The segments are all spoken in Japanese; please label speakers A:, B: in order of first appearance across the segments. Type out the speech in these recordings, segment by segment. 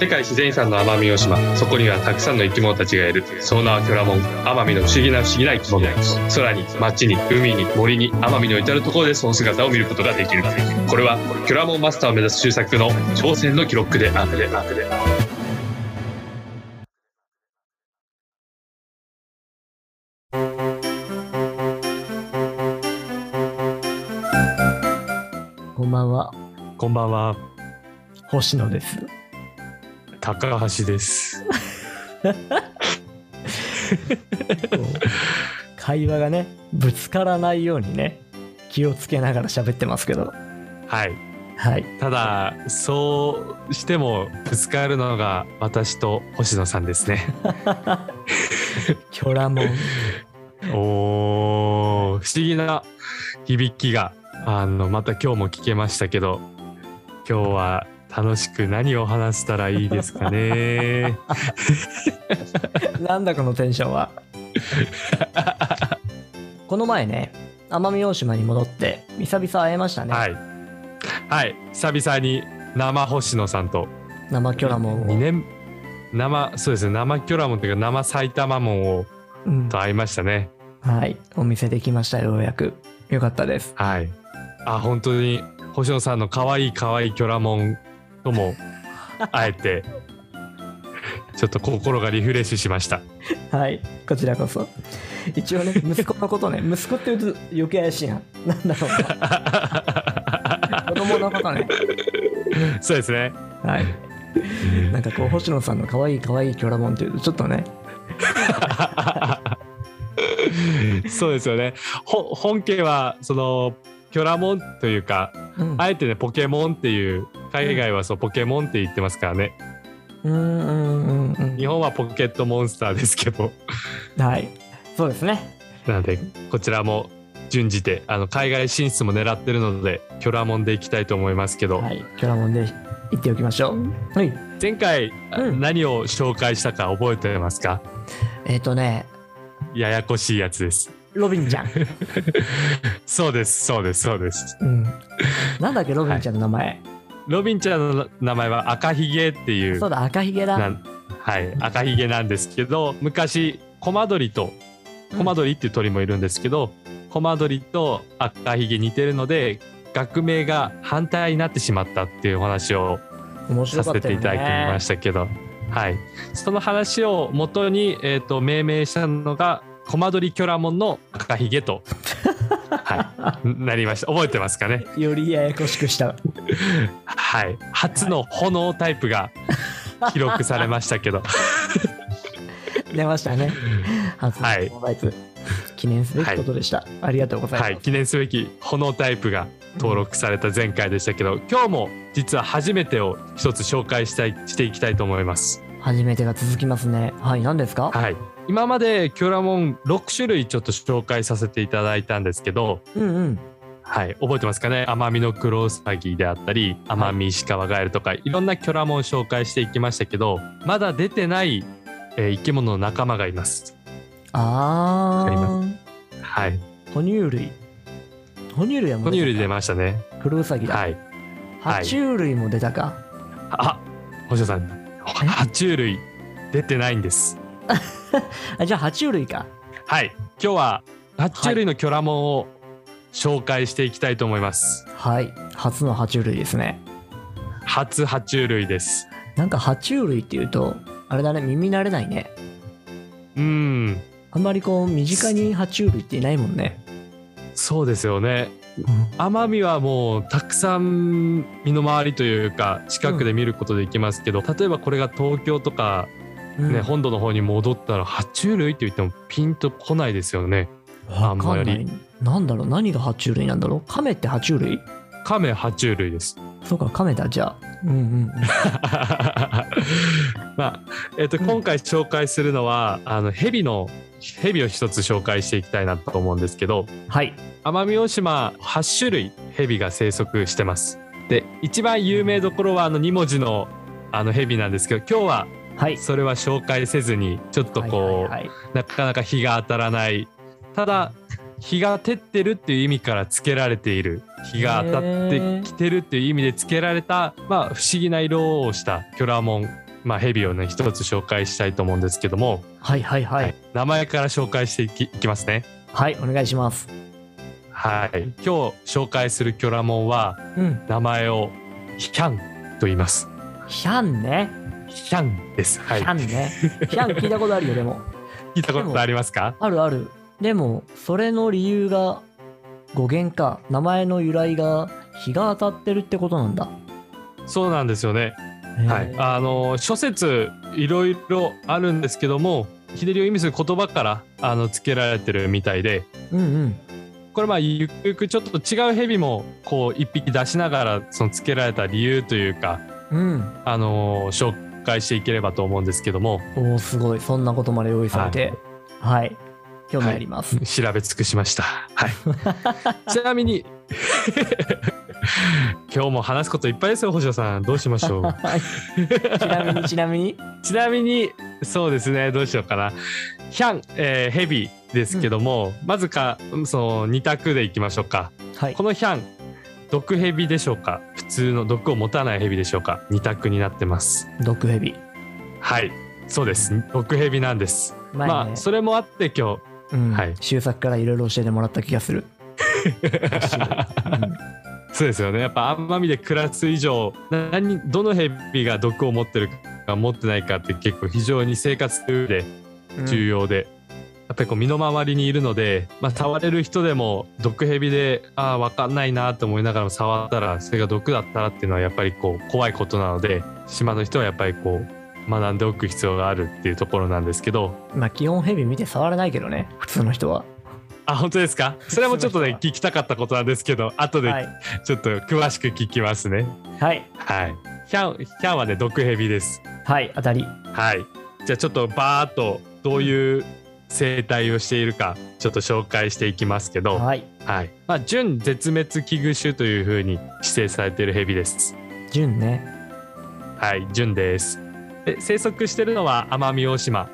A: 世界自然遺産の奄美大島そこにはたくさんの生き物たちがいるその名はキョラモン奄美の不思議な不思議な生き物空に街に海に森に奄美の至る所でその姿を見ることができるこれはキョラモンマスターを目指す周作の挑戦の記録であるであるで
B: こんばんは、
C: こんばんは、
B: 星野です。
C: 高橋です。
B: こう会話がね、ぶつからないようにね、気をつけながら喋ってますけど、
C: はい。
B: はい。
C: ただ、そうしてもぶつかるのが私と星野さんですね。
B: キョラモ ン。
C: おー、不思議な響きが、あの、また今日も聞けましたけど、今日は楽しく何を話したらいいですか ね。
B: なんだこのテンション は。この前ね、奄美大島に戻って、久々会えましたね。
C: はい。はい。久々に生星野さんと
B: 生キョラモンを。
C: 2年、生、そうですね、生キョラモンというか生埼玉モンを
B: うん
C: と会いましたね。
B: はい。お見せできました、ようやく。よかったです。
C: はい。あ、本当に星野さんの可愛い可愛いキョラモンとも会えて、ちょっと心がリフレッシュしました。
B: はい。こちらこそ。一応ね、息子のことね、息子って言うと余計怪しいな。なんだろうな。子供のことね。
C: そうですね。
B: はい。なんかこう、星野さんの可愛い可愛いキョラモンっていうと、ちょっとね、
C: そうですよね。ほ本家はそのキョラモンというか、
B: うん、
C: あえてねポケモンっていう海外はそうポケモンって言ってますからね。
B: うんうんうんうん
C: 日本はポケットモンスターですけど、
B: はい。そうですね。
C: なのでこちらも順次てあの海外進出も狙ってるのでキョラモンでいきたいと思いますけど。
B: はい。キョラモンで言っておきましょう。はい。
C: 前回、
B: うん
C: 何を紹介したか覚えてますか
B: えっ、とね、
C: ややこしいやつです
B: ロビンちゃん。
C: そうですそうです そうです
B: うん。なんだっけ、ロビンちゃんの名前。
C: ロビンちゃんの名前は赤ひげっていう
B: そうだ、赤ひげ
C: な
B: だ。
C: んはい赤ひげなんですけど昔コマドリとコマドリっていう鳥もいるんですけど、コマドリと赤ひげ似てるので学名が反対になってしまったっていうお話を
B: 面白
C: させ
B: かった
C: て
B: よ
C: いただきま
B: ね。
C: したけど、はい、その話をもとに、えー、と命名したのが「コマドリキョラモンの赤ひげと」 はい、なりました覚えてますかね
B: よりややこしくした。
C: はい初の炎タイプが記録されましたけど
B: 出ま したね。初の
C: はい
B: バイツ記念すべきことでした。ありがとうございま
C: は
B: す。
C: い記念すべき炎タイプが登録された前回でしたけど今日も実は初めてを一つ紹介したいしていきたいと思います。
B: 初めてが続きますね。はい、何ですか、
C: はい今までキョラモン6種類ちょっと紹介させていただいたんですけど、
B: うんうん。
C: はい、覚えてますかね奄美のクロウサギであったり奄美イシカワガエルとかいろんなキョラモン紹介していきましたけどまだ出てない、えー生き物の仲間がいます。わ
B: あ
C: かり
B: ー。
C: はい、
B: 哺乳類。哺乳類はも
C: 哺乳
B: う出たか
C: 類出ましたね。
B: クロウサギだ。
C: はい、
B: 爬虫類も出たか。
C: あ、星野さん、爬虫類出てないんです。
B: あじゃあ爬虫類か。
C: はい、今日は爬虫類のキョラモンを紹介していきたいと思います。
B: はい。初の爬虫類ですね。
C: 初爬虫類です。
B: なんか爬虫類っていうと、あれだね、耳慣れないね。
C: うん、
B: あんまりこう、身近に爬虫類っていないもんね。
C: そうですよね。奄美はもうたくさん身の回りというか近くで見ることできますけど、例えばこれが東京とか、
B: うん
C: ね本土の方に戻ったら爬虫類って言ってもピンとこないですよね。
B: わか
C: あん
B: んな
C: ま
B: い
C: り。
B: なんだろう何が爬虫類なんだろう亀って爬虫類
C: 亀爬虫類です。
B: そうか、亀だ、じゃあ。うんうんうん。
C: まあえっと
B: うん
C: 今回紹介するのは、あの蛇の蛇を一つ紹介していきたいなと思うんですけど
B: はい。
C: 奄美大島8種類蛇が生息してます。で一番有名どころはあの2文字のあの蛇なんですけど今日は
B: はい。
C: それは紹介せずにちょっとこう、
B: はいはいはい
C: なかなか日が当たらないただ日が照ってるっていう意味からつけられている日が当たってきてるっていう意味でつけられた、まあ、不思議な色をしたキョラモンまあ、ヘビをね一つ紹介したいと思うんですけども、
B: はいはいは
C: はいい。名前から紹介していきいきますね。
B: はい、お願いします。
C: はい今日紹介するキョラモンは
B: うん。
C: 名前をヒャンと言います。
B: ヒャンね。
C: ヒャンです。は
B: ヒ
C: い。
B: ャンね。ヒャン聞いたことあるよ、でも。
C: 聞いたことありますか？
B: あるある。でも、それの理由が、語源か。名前の由来が、日が当たってるってことなんだ。
C: そうなんですよね。は
B: へ
C: い。
B: ー
C: あの諸説いろいろあるんですけども、日照りを意味する言葉からあの付けられてるみたいで。
B: うんうん。
C: これまあゆくゆくちょっと違うヘビもこう一匹出しながらその付けられた理由というか、
B: うん。
C: あのー紹介していければと思うんですけども
B: おお、すごい。そんなことまで用意されて。はい。興味あります。
C: 調べ尽くしました、はい、 ちなみに今日も話すこといっぱいですよ星野さんどうしましょう
B: ちなみに、ちな みに。
C: ちなみにそうですねどうしようかなヒャン、えーヘビですけども、まずかその2択でいきましょうか
B: はい
C: こ。のヒャン毒ヘビでしょうか普通の毒を持たないヘビでしょうか2択になってます
B: 毒蛇。
C: はいそうです毒ヘビなんです、
B: 前ね
C: まあそれもあって今日
B: うん
C: はい
B: 周作からいろいろ教えてもらった気がする。うん
C: そうですよねやっぱ奄美で暮らす以上何どのヘビが毒を持ってるか持ってないかって結構非常に生活で重要で、やっぱりこう身の回りにいるので、まあ、触れる人でも毒ヘビでああ分かんないなと思いながらも触ったらそれが毒だったらっていうのはやっぱりこう怖いことなので島の人はやっぱりこう学んでおく必要があるっていうところなんですけど
B: まあ基本蛇見て触らないけどね、普通の人は。
C: あ本当ですかそれもちょっとね
B: す
C: 聞きたかったことなんですけど後
B: は
C: で
B: い。
C: ちょっと詳しく聞きますね。
B: はい。
C: はい。ヒャン、ヒャンはね、毒ヘビです。
B: はい、当たり。
C: はい。じゃあちょっとバーっとどういう生態をしているか、ちょっと紹介していきますけど、
B: はい。
C: はい。まあ、準絶滅危惧種というふうに指定されているヘビです。
B: 純ね。
C: はい、準です。で生息しているのは奄美大島、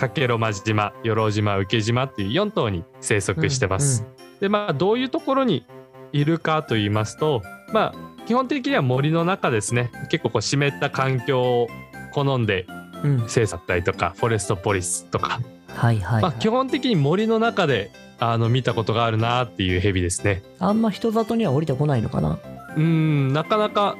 C: 加計呂間島、与論島、宇家島っていう4島に生息してます。
B: うん。
C: でまあどういうところにいるかと言いますとまあ基本的には森の中ですね結構こう湿った環境を好んで
B: うんうん
C: 生産だったりとかフォレストポリスとか、
B: はいはい
C: ま
B: は
C: あ、
B: い。
C: 基本的に森の中であの見たことがあるなっていうヘビですね
B: あんま人里には降りてこないのかな。
C: うんなかなか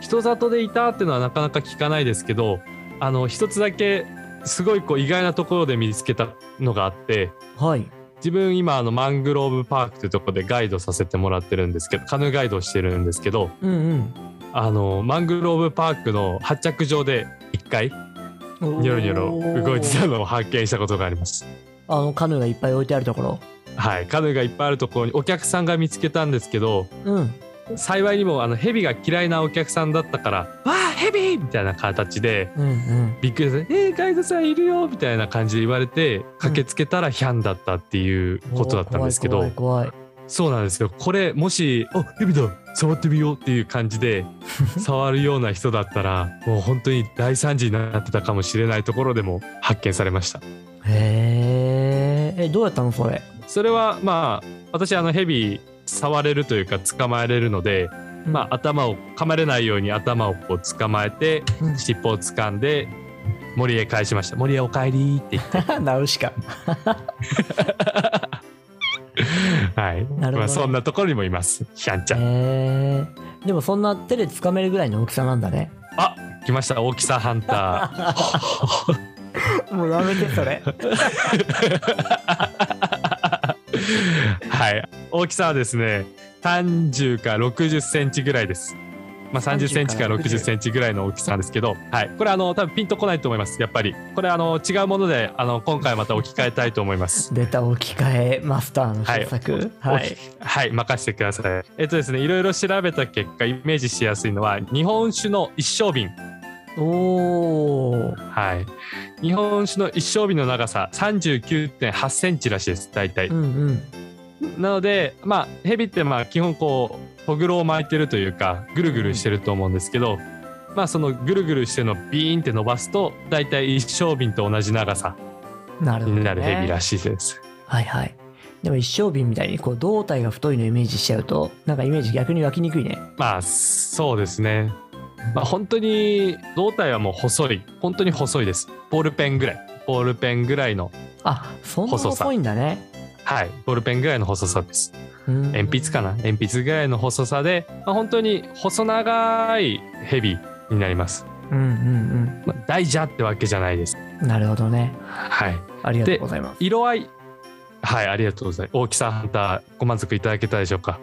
C: 人里でいたっていうのはなかなか聞かないですけどあの一つだけすごいこう意外なところで見つけたのがあって
B: はい。
C: 自分今あのマングローブパークというところでガイドさせてもらってるんですけどカヌーガイドをしてるんですけど
B: うん
C: あのマングローブパークの発着場で1回
B: うん。
C: ニョロニョロ動いてた
B: る
C: のを発見したことがあります
B: あの、カヌーがいっぱい置いてあるところ。
C: はいカヌーがいっぱいあるところにお客さんが見つけたんですけど
B: うん。
C: 幸いにもあのヘビが嫌いなお客さんだったから「わあヘビ!」みたいな形で
B: うんうん。
C: びっくりして「えー、ガイドさんいるよ!」みたいな感じで言われて駆けつけたらヒャンだったっていうことだったんですけど、
B: おー怖い怖い
C: そうなんですよ。これもし、あ、ヘビだ、触ってみようっていう感じ で、触るような人だったら、もう本当に大惨事になってたかもしれないところでも発見されました。
B: 怖い。へーえ、どうやったのそれ。
C: それはまあ、私あのヘビ触れるというか捕まえれるので、まあ頭を噛まれないように頭をこう捕まえて、
B: うん
C: 尻尾を掴んで森へ返しました。森へお帰りって言って、
B: あ、 ナウシカ。
C: はい。
B: なるほどね
C: まあそんなところにもいます。ヒャンちゃん。
B: へえでもそんな手で掴めるぐらいの大きさなんだね
C: あ、来ました。大きさハンター。
B: もうやめてそれ
C: はい、大きさはですね30か60センチぐらいです。まあ、30センチから60センチぐらいの大きさなんですけど、はい、これあの多分ピンとこないと思いますやっぱりこれあの違うものであの今回また置き換えたいと思います。
B: 出た置き換えマスターの新作はい、
C: 置きはい、任せてください。えっとですね、いろいろ調べた結果イメージしやすいのは日本酒の一升瓶、
B: おお
C: はい、日本酒の一升瓶の長さ39.8センチらしいです大体
B: うんうん
C: なので、まあ、ヘビってまあ基本こうとぐろを巻いてるというかぐるぐるしてると思うんですけど、まあ、そのぐるぐるしてるのをビーンって伸ばすと大体一升瓶と同じ長さ
B: なるほど、ね、
C: になるヘビらしいです。
B: はいはいでも一升瓶みたいにこう胴体が太いのイメージしちゃうとなんかイメージ逆に湧きにくいね
C: まあそうですねまあ、本当に胴体はもう細い本当に細いですボールペンぐらいボールペンぐらいの
B: あそんな
C: 細さ
B: 細いんだね
C: はいボールペンぐらいの細さです
B: 鉛
C: 鉛筆かな鉛筆ぐらいの細さで、まあ、本当に細長いヘビになります、
B: うんうん
C: まあ、大蛇ってわけじゃないです
B: うんなるほどね
C: はい
B: ありがとうございます
C: 色合いはいありがとうございます大きさハンターご満足いただけたでしょうか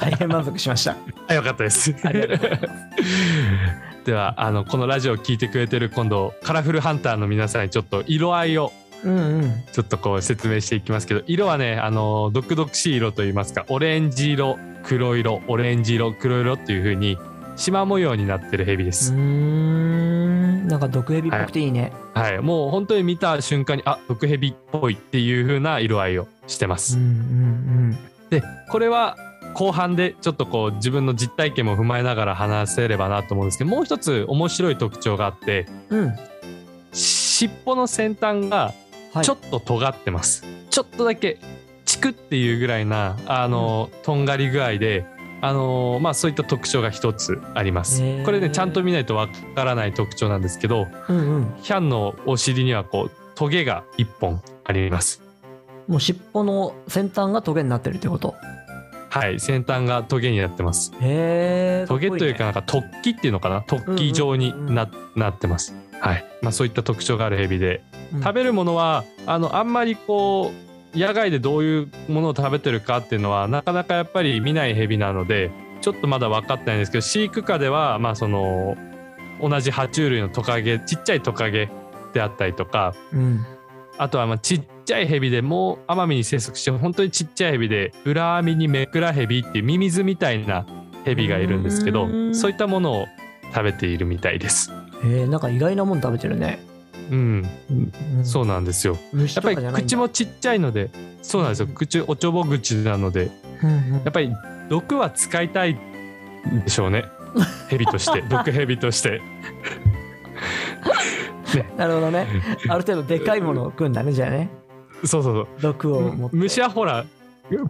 B: 大変満足し ました
C: あよかったです
B: ありがとうございます
C: ではあのこのラジオを聞いてくれてる今度カラフルハンターの皆さんにちょっと色合いを
B: うんうん
C: ちょっとこう説明していきますけど色はねあの毒々しい色といいますかオレンジ色黒色オレンジ色黒色っていう風に縞模様になってるヘビで
B: う
C: す
B: ー、んなんか毒蛇っぽくていいね、
C: はいもう本当に見た瞬間にあ毒ヘビっぽいっていう風な色合いをしてま
B: う
C: す、
B: んうん
C: でこれは後半でちょっとこう自分の実体験も踏まえながら話せればなと思うんですけどもう一つ面白い特徴があって
B: うんうん
C: 尻尾の先端が
B: はい
C: ちょっと尖ってます、ちょっとだけチクっていうぐらいなあの、とんがり具合であのまあそういった特徴が一つあります
B: へー
C: これねちゃんと見ないとわからない特徴なんですけど
B: うんうん
C: ヒャンのお尻にはこうトゲが一本あります
B: もう尻尾の先端がトゲになってるってこと
C: はい先端がトゲになってます
B: へえ
C: トゲというかなんか突起っていうのかな突起状にな,、なってますはいまあそういった特徴があるヘビで食べるものはあのあんまりこう野外でどういうものを食べてるかっていうのはなかなかやっぱり見ないヘビなのでちょっとまだ分かってないんですけど飼育下ではまあその同じ爬虫類のトカゲちっちゃいトカゲであったりとか
B: うん
C: あとはまあちっちゃいヘビでもう奄美に生息して本当にちっちゃいヘビで裏網にメクラヘビっていうミミズみたいなヘビがいるんですけ
B: うー
C: ど
B: ん
C: そういったものを食べているみたいです。
B: へえなんか意外なもん食べてるね
C: うん、そううなんですよ。
B: ん虫
C: やっ
B: と
C: ぱ
B: か
C: り
B: じゃないんだ
C: 口もちっちゃいのでそうなんですよ口おちょぼ口なので
B: うんうん
C: やっぱり毒は使いたいんでしょうね蛇として 毒蛇として
B: なるほど ねある程度でかいものを食うんだねじゃあね
C: そうそう
B: 毒
C: そ
B: を持っ
C: う
B: て
C: 虫はほら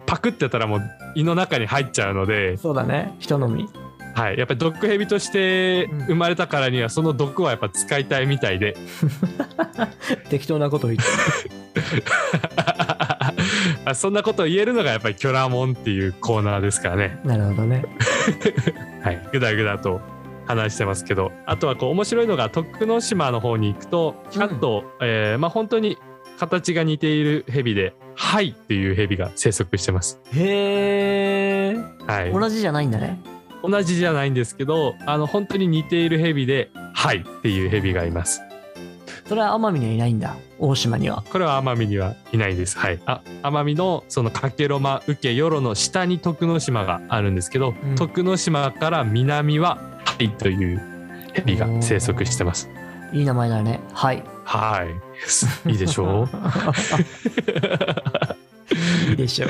C: パクってたらもう胃の中に入っちゃうので、
B: そうだね人のみ
C: はい、やっぱり毒蛇として
B: うん
C: 生まれたからにはその毒はやっぱ使いたいみたいで
B: 適当なことを言って
C: あそんなことを言えるのがやっぱり「キョラモン」っていうコーナーですからね
B: なるほどね
C: はい、ぐだぐだと話してますけどあとはこう面白いのが徳之島の方に行くとキャット、えーまあ、本当に形が似ているヘビで「ハイ」っていうヘビが生息してます。
B: へえ
C: はい、
B: 同じじゃないんだね
C: 同じじゃないんですけどあの本当に似ているヘビで「ハイ」っていうヘビがいます。
B: それは奄美にはいないんだ大島には
C: これは奄美にはいないです。はい、あ奄美のそのかけろま受けよろの下に徳之島があるんですけど、
B: うん
C: 徳之島から南は「ハイ」というヘビが生息してます。
B: いい名前だねはい
C: はい。いいでしょ
B: いいでしょ
C: う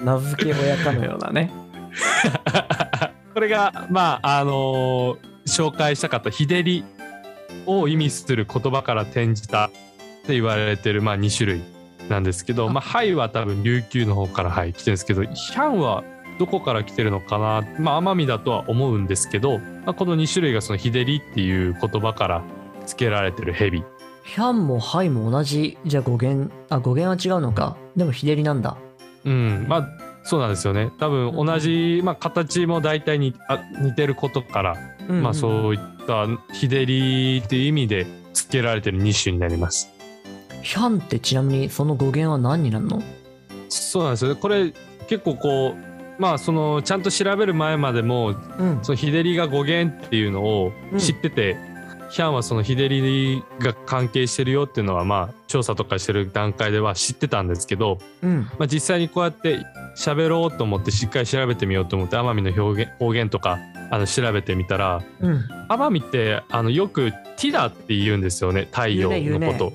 B: う 名付け親かのようなね
C: これが、まあ、あのー紹介したかった、日照りを意味する言葉から転じたって言われてる、まあ、2種類なんですけど、まあ、ハイは多分琉球の方から、はい、来てるんですけど、ヒャンはどこから来てるのかな、まあ、奄美だとは思うんですけど、まあ、この2種類がその日照りっていう言葉から付けられてるヘビ。
B: ヒャンもハイも同じじゃあ語源あ語源は違うのかでも日照りなんだ
C: うん、まあそうなんですよね多分同じ、まあ、形も大体にあ似てることから、まあ、
B: うん
C: そういった日照りっていう意味で付けられてる2種になります
B: ヒャンってちなみにその語源は何になるの
C: そうなんですよねこれ結構こうまあそのちゃんと調べる前までも
B: うん
C: その日照りが語源っていうのを
B: うん
C: 知ってて、ヒャンはその日照りが関係してるよっていうのはまあ調査とかしてる段階では知ってたんですけど、
B: うん
C: まあ、実際にこうやって喋ろうと思ってしっかり調べてみようと思って奄美の表現方言とかあの調べてみたら
B: うん
C: 奄美ってあのよく「ティラ」って言うんですよね太陽
B: 言うね
C: のこと。
B: 言う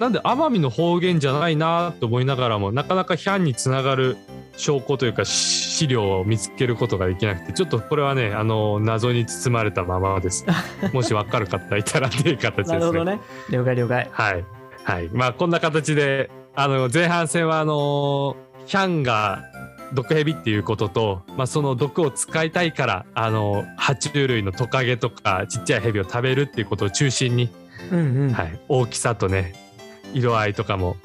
C: なんで奄美の方言じゃないなと思いながらもなかなか「ヒャン」につながる証拠というかし資料を見つけることができなくてちょっとこれはねあの謎に包まれたままですもし分かる方いたら っていう形
B: な
C: で
B: る
C: す
B: ほ
C: ね
B: ど。ね了解了解
C: はい。はい。まあ、こんな形で、あの、前半戦は、あのーヒャンが毒蛇っていうことと、まあ、その毒を使いたいからあの爬虫類のトカゲとかちっちゃい蛇を食べるっていうことを中心に、
B: うんうん。
C: はい、大きさとね色合いとかも、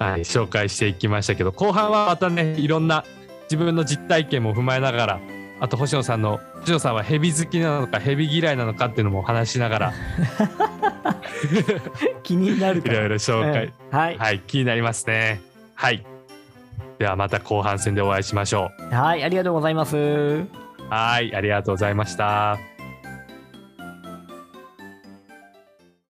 C: はい、紹介していきましたけど後半はまたねいろんな自分の実体験も踏まえながらあと星野さんの星野さんは蛇好きなのか蛇嫌いなのかっていうのもお話しながら
B: 気になる
C: い
B: から。
C: ろいろ紹介、
B: うんはい。
C: はい、気になりますね。はい。ではまた後半戦でお会いしましょう。
B: はい、ありがとうございます。
C: はい、ありがとうございました。